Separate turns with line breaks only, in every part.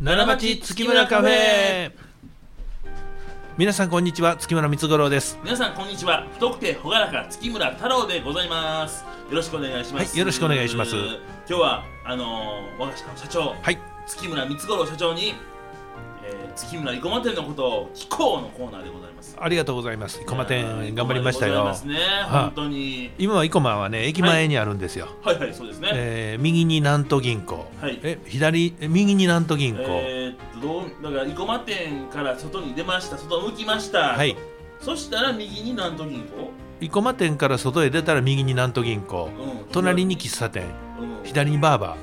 七町月村カフェ
皆さんこんにちは月村光五郎です
皆さんこんにちは太くて朗らか月村太郎でございますよろしくお願いします、
はいよろしくお願いします
今日はあのー我が社の社長、
はい
月村光五郎社長に、えー、月村生駒店のことを聞こうのコーナーでございます
ありがとうございます生駒
いやー
店頑張りました
生駒でござい
よ
ますね
い
本当に
今は生駒はね駅前にあるんですよ、
はいはいそうですね、
えー右に南都銀行、
はい
え左え右に南都銀行、
えーっとどうだから生駒店から外に出ました外向きました、
はい
そしたら右に南都銀行、
生駒店から外へ出たら右に南都銀行、
うん
隣に喫茶店
うん
左にバーバ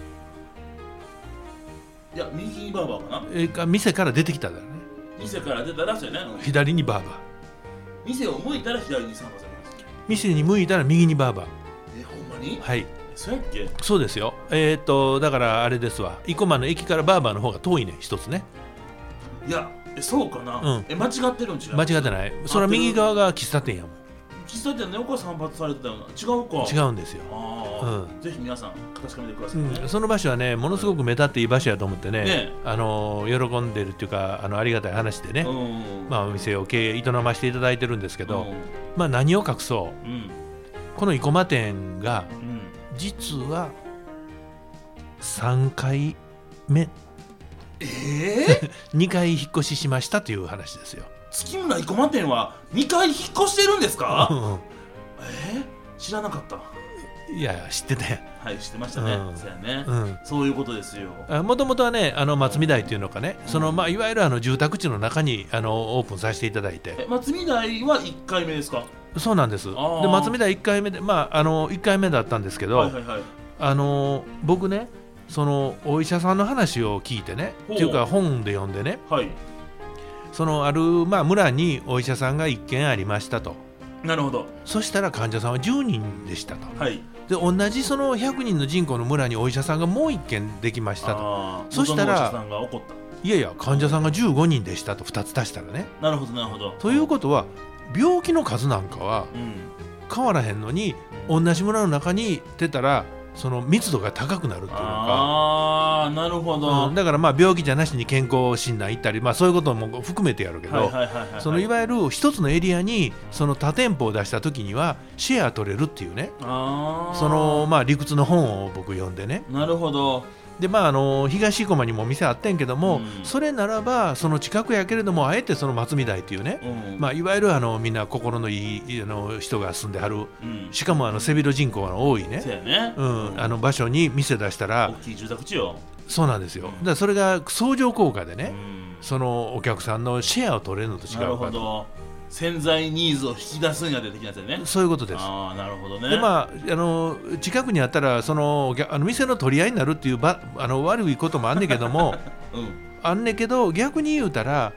いや右にバーバーかな
ー、えーか店から出てきたんだね
店から出たらそうやね、うん
左にバーバー
店を向いたら左に参加されます
店に向いたら右にバーバー
えほんまに
はい
そうやっけ
そうですよえー、っとだからあれですわ生駒の駅からバーバーの方が遠いね一つね
いやえそうかな、
うん
え間違ってるん違う
間違ってないそれは右側が喫茶店やもん
喫茶店の横は散髪されてたよな違うか
違
う
うんですよ、
ああ、
う
ぜひ皆さん確かめてくださ
う
いね、
ん、その場所はねものすごく目立っていい場所やと思ってね
ね
あのー喜んでるっていうかあのありがたい話でね、
うん
ま
あ
あ、お店を経営営ましていただいてるんですけ
け
ど、まあ、何を隠そ
うんうん
うこの生駒店が
うん
実は3回目
ええ
2回引っ越ししましたという話ですよ。
月村生駒店は2回引っ越してるんですかえー知らなかった
いや知ってたや
はい知ってましたね、
うん
そうやね、
ん
そういうことですよ
もともとはねあの松見台というのかね、
ん
そのまあ、いわゆるあの住宅地の中にあのオープンさせていただいて、
え松見台は1回目ですか
そうなんです。で
ー
松見台1回目でまああの1回目だったんですけど、
はいはいはい
あの僕ねそのお医者さんの話を聞いてね
ほう
っていうか本で読んでね
はい
そのある、まあ、村にお医者さんが1軒ありましたと
なるほど
そしたら患者さんは10人でしたと
はい
で同じその100人の人口の村にお医者さんがもう1軒できましたと
あー
そしたら
元のお医者さんが怒った
いやいや患者さんが15人でしたと2つ足したらね
なるほどなるほど
ということは病気の数なんかは
うん
変わらへんのに同じ村の中に出たらその密度が高くなるっていうのか
ああなるほど、
うん、だからまあ病気じゃなしに健康診断行ったり、まあ、そういうことも含めてやるけど、
はいはいはいはい
そのいわゆる一つのエリアにその多店舗を出した時にはシェア取れるっていうね
あー
そのまあ理屈の本を僕読んでね
なるほど
でまああの東生駒にも店あってんけども、
うん
それならばその近くやけれどもあえてその松見台っていうね、
うん
まあ、いわゆるあのみんな心のいいあの人が住んではる
うん
しかもあの背広人口が多いね
そ、やね
うん、あの場所に店出した
大
ら
きい住宅地よ
そうなんですよだからそれが相乗効果でね、
うん
そのお客さんのシェアを取れるのと違う
なるほ
かと
ど潜在ニーズを引き出すんや出てきたやつやね
そういうことです。
ああなるほどね
でまあ、あの近くにあったらそのお客あの店の取り合いになるっていうばあの悪いこともあんねんけど も
うん、
あんねんけど逆に言うたら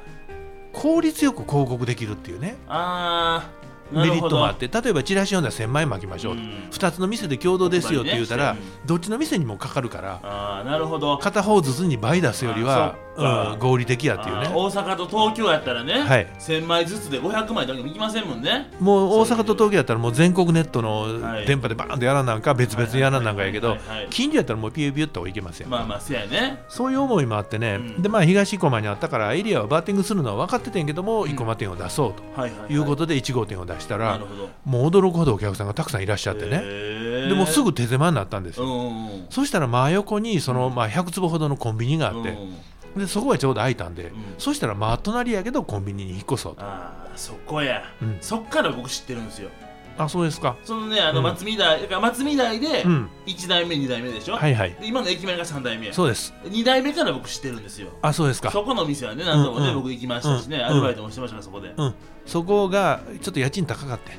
効率よく広告できるっていうね
ああ
メリットもあってて例えばチラシ読んだら1000枚巻きましょう、2つの店で共同ですよって言うたら、
やっぱりね
どっちの店にもかかるから
ああなるほど
片方ずつに倍出すよりは
あそっか
うん、合理的やっていう
あ
ね
ー大阪と東京やったらね、
はい
1000枚ずつで500枚だけもいきませんもんね
もう大阪と東京やったらもう全国ネット
はい
の電波でバーンとやらなんか別々にやらなんかやけ
は
ど
いはいはいはい
近所やったらもうピューピューっといけますよ、
まあまあせやね
そういう思いもあってね、
うん
でまあ東生駒にあったからエリアはバッティングするのは分かっててんけども
ん
生駒店を出そうと
はいはい、はい、
いうことで1号店を出した
な
ら
るほど
もう驚くほどお客さんがたくさんいらっしゃってね、
ね
でもうすぐ手狭になったんです
う
よ、
んうんうん
そしたら真横にそのまあ100坪ほどのコンビニがあって、
うん
でそこがちょうど空いたんで、
ん
そしたら真隣やけどコンビニに引っ越そうと
ああそこや、
うん
そっから僕知ってるんですよ
あそうですか
そのねあの
うん
松見台、だから松見台で
うん
1代目2代目でしょ、
はいはい
で今の駅前が3代目
そうです
2代目から僕知ってるんですよ
あそうですか
そこの店はね何度もね、
うんうん
僕行きましたしね、
うん
アルバイトもしてましたからそこで、あ
うん、そこがちょっと家賃高かった、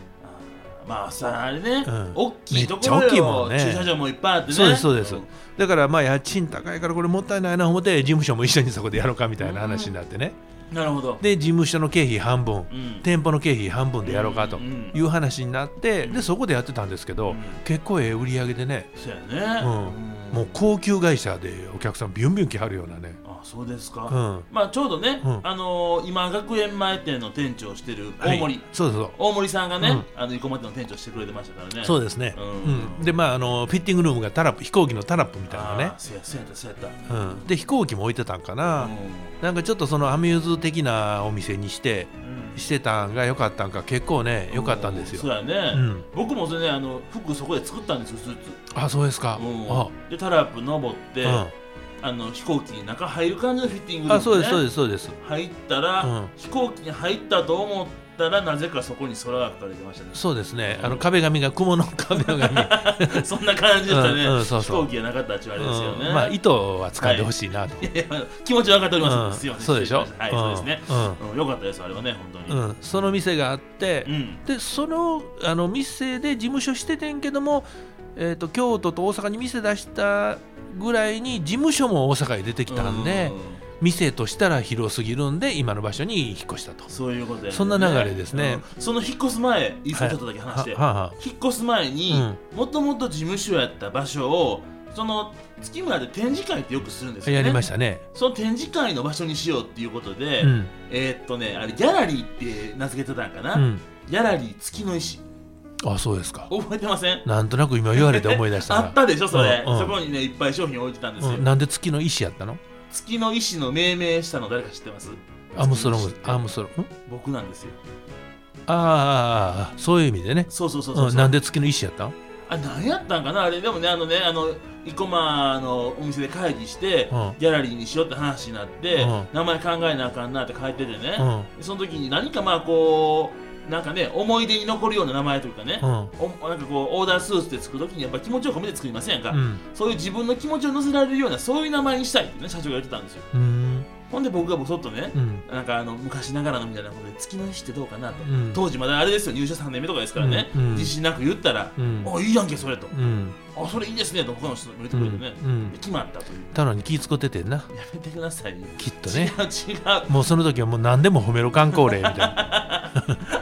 ーまあさあれね、
うん
大きいところ
めっちゃ大きい
よ、
もんね
駐車場もいっぱいあってね
そうですそうです
ん
だからまあ家賃高いからこれもったいないな思って事務所も一緒にそこでやろうかみたいな話になってね、
なるほど
で事務所の経費半分、
うん
店舗の経費半分でやろうかと
うん
いう話になって、
うん
でそこでやってたんですけど、
うん
結構ええ売り上げでね
そうやね、
うんもう高級会社でお客さんビュンビュン来はるようなね
ああそうですか、
うん
まあちょうどね、
うん
あのー今学園前店の店長をしてる大森、
はい、そうそう
大森さんがね、あの生駒店の店長してくれてましたからね
そう
う
ですね、
う
うんんでまああのフィッティングルームがタラップ飛行機のタラップみたいなね
あー、そうやそうやったそうやった
うん、で飛行機も置いてたんかな、
う
なんかちょっとそのアミューズ的なお店にして
んうん
してたんが良かったんか結構ね良かったんです
そ
よ、
うやね、
うん、
僕もそれねあの服そこで作ったんですよスーツ
あそうですか、
うん
あ
でタラップ登って、
うん
あの飛行機に中入る感じのフィッティング
あそうですそう
す
ですそうです
入ったら、
うん
飛行機に入ったと思ったらなぜかそこに空が描かれてましたね
そうですねあの壁紙が雲の壁紙、
そんな感じでしたね、
うんうんそう
飛
そう
行機がなかったら ちゅうあれですよね、
うんまあ糸は掴んでほしいなと、
いやいや 気持ちは分かっており
うん
ます、すいません
そうでしょ、
はい、そうですね、
うん
うん、よかったですあれはね本当
う
に
んその店があって、
うん、
でそのあの店で事務所しててんけども、えー、と京都と大阪に店出したぐらいに事務所も大阪に出てきたんで、
う
店としたら広すぎるんで今の場所に引っ越したと
んそういうことやね
そんな流れですね
うんその引っ越す前一緒にちょっとだけ話して、
ははは
引っ越す前
う
に
ん
もともと事務所やった場所をその月村で展示会ってよくするんですよね
やりましたね
その展示会の場所にしようっていうことで、
うん
えーっとねあれギャラリーって名付けてたんかな、
うん
ギャラリー月の石
あそうですか
覚えてません
なんとなく今言われて思い出した
あ
な
ったでしょそれ、
うんうん
そこにねいっぱい商品置いてたんですよ、
うん、なんで月の石やったの
月の石の命名したの誰か知ってます
アムストロング
月の
ア
石
ムストロングん
僕なんですよ
あーあーあーそういう意味でね
そうそうそうそう、
うん、なんで月の石やったん
あ何やったんかなあれでもねあのねあの生駒のお店で会議して、
うん
ギャラリーにしようって話になって、
うん
名前考えなあかんなって書いててね
う、ん
でその時に何かまあこうなんかね思い出に残るような名前というかね、
うん
おなんかこうオーダースーツで作る時にやっぱ気持ちを込めて作りませんやんか、
うん
そういう自分の気持ちを乗せられるようなそういう名前にしたいってね社長が言ってたんですよ
うん
ほんで僕がぼそっとね、
うん
なんかあの昔ながらのみたいなことで月の石ってどうかなと、
うん
当時まだあれですよ入社3年目とかですからね、
うんうん
自信なく言ったら「
うん
あいいやんけそれ」と
うん
「あそれいいですね」と他の人も言って
う
く
ん
れてね、
うん
決まったという
たのに気ぃ使っててんな
やめてくださいよ
きっとね
違う違う
もうその時はもう何でも褒めろ観光令みたい な、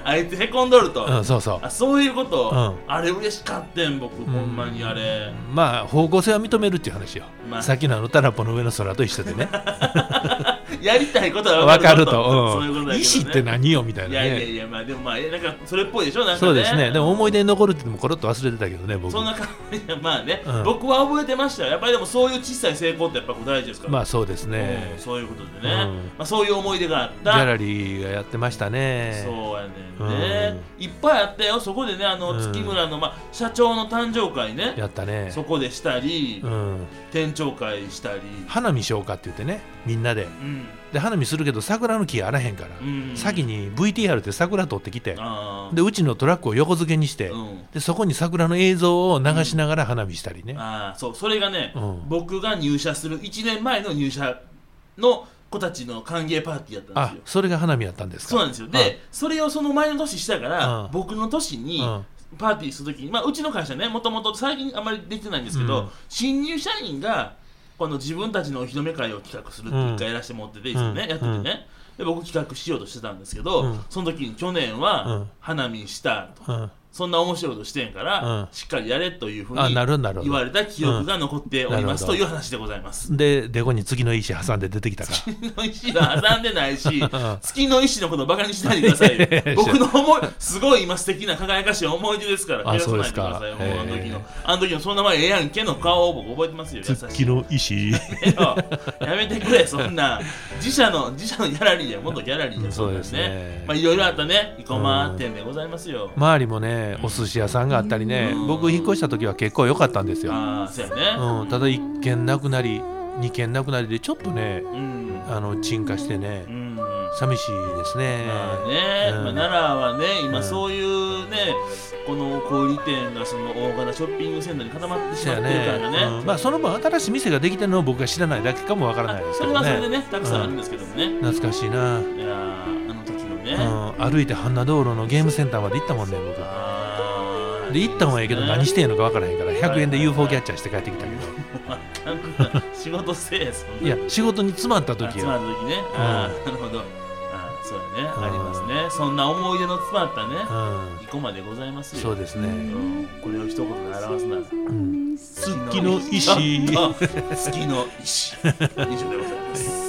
あいつへこんどると、
うん、そうそう
あそういうこと、
うん
あれ嬉しかったん僕、ほんまにあれ
まあ方向性は認めるっていう話よ、
まあ
さっきのあのタラポの上の空と一緒で ね
やりたいことは
わ
分
か
かる
る
と
と、
そういうこと
う
だ
ん、
けど、ね、
意思って何よみたい
い
な
や
ね
いやいやまあでもまあなんかそれっぽいでしょなんかね
そうですねでも思い出に残るって言ってもコロッと忘れてたけどね僕
そんな感じでまあね、
うん
僕は覚えてましたよやっぱりでもそういう小さい成功ってやっぱこう大事ですから
まあそうですね
うんそういうことでね、
うん
まあ、そういう思い出があっ
ギャ
た
ラリーがやってましたね
そうやねんね、いっぱいあったよそこでねあ
う
の
ん
月村の、まあ、社長の誕生会ね
やったね
そこでしたり、
うん、
店長会したり
花見しようかって言ってねみんなで
うん
で花見するけど桜の木あらへんから、
うん
先に VTR で桜撮ってきて
あー
でうちのトラックを横付けにして、
うん
でそこに桜の映像を流しながら花見したりね、
あーそうそれがね、
うん
僕が入社する1年前の入社の子たちの歓迎パーティーやったんです
あ
よ
それが花見やったんですか
そうなんですよで、それをその前の年したから、
うん
僕の年に
うん
パーティーするときに、まあ、うちの会社ねもともと最近あまりできてないんですけど、
うん
新入社員がこの自分たちのお披露目会を企画するって
うん
一回やらせてもらってて、いつもね
うん
やっててね、で僕企画しようとしてたんですけど、
うん
その時に去年
う
は
ん
花見したと、
うん
そんな面白いことしてんから、
うん
しっかりやれというふう
あ
に
なるほどなるほど
言われた記憶が残っておりま
う
す、
ん
という話でございます。
でデコに次の石挟んで出てきたか
月の石は挟んでないし
ん、
月の石のことバカにしないでくださいよ
い やいや。
僕の思い、すごい今素敵な輝かしい思い出ですから、
あ
照らさないでくださいよ。もうあ
そう
の
で
時
すか
の、あの時のそんな前ええやんけの顔を僕覚えてますよ。優
ら
し
月
い。
の 石
やめてくれ、そんな。自社の、自社のギャラリーや、元ギャラリー
うん
や、んなん
そうですね
まあいろいろあったね、生駒店でございますよ。
周りもねお寿司屋さんがあったりね
うん
僕引っ越した時は結構良かったんですよ、
ああ、そうやね。
うん、ただ1軒なくなり2軒なくなりでちょっとね
うん。
あの沈下してね
うん。
寂しいですね,、
まあね、
うん
まあ、奈良はね今
うん
そういうね、この小売店がその大型ショッピングセンターに固まってし
そ
ま
う
って
や
る
ね
からね、
うんまあその分新しい店ができてるのを僕が知らないだけかもわからないです
そ
け
れ
ど
はそれで
ね
ねたくさんあるんですけどもね、
懐かしいな、
いやーあの時のね、
う
あ
ん、歩いて半田道路のゲームセンターまで行ったもんね僕
あ
で行ったもんやけど何して
ん
んのか分からへんから100円で UFO キャッチャーして帰ってきたけど
仕事せえそんない
や仕事に詰まった
あ
時
詰ま
よ、
る時ね、ああなるほどああそうやね、
うん
ありますねそんな思い出の詰まった
う
ね
ん、
生駒でございますよ
そうです
う
ね、
んこれを一言で表すなら
うん、
月
の石
月の石。以上でございます。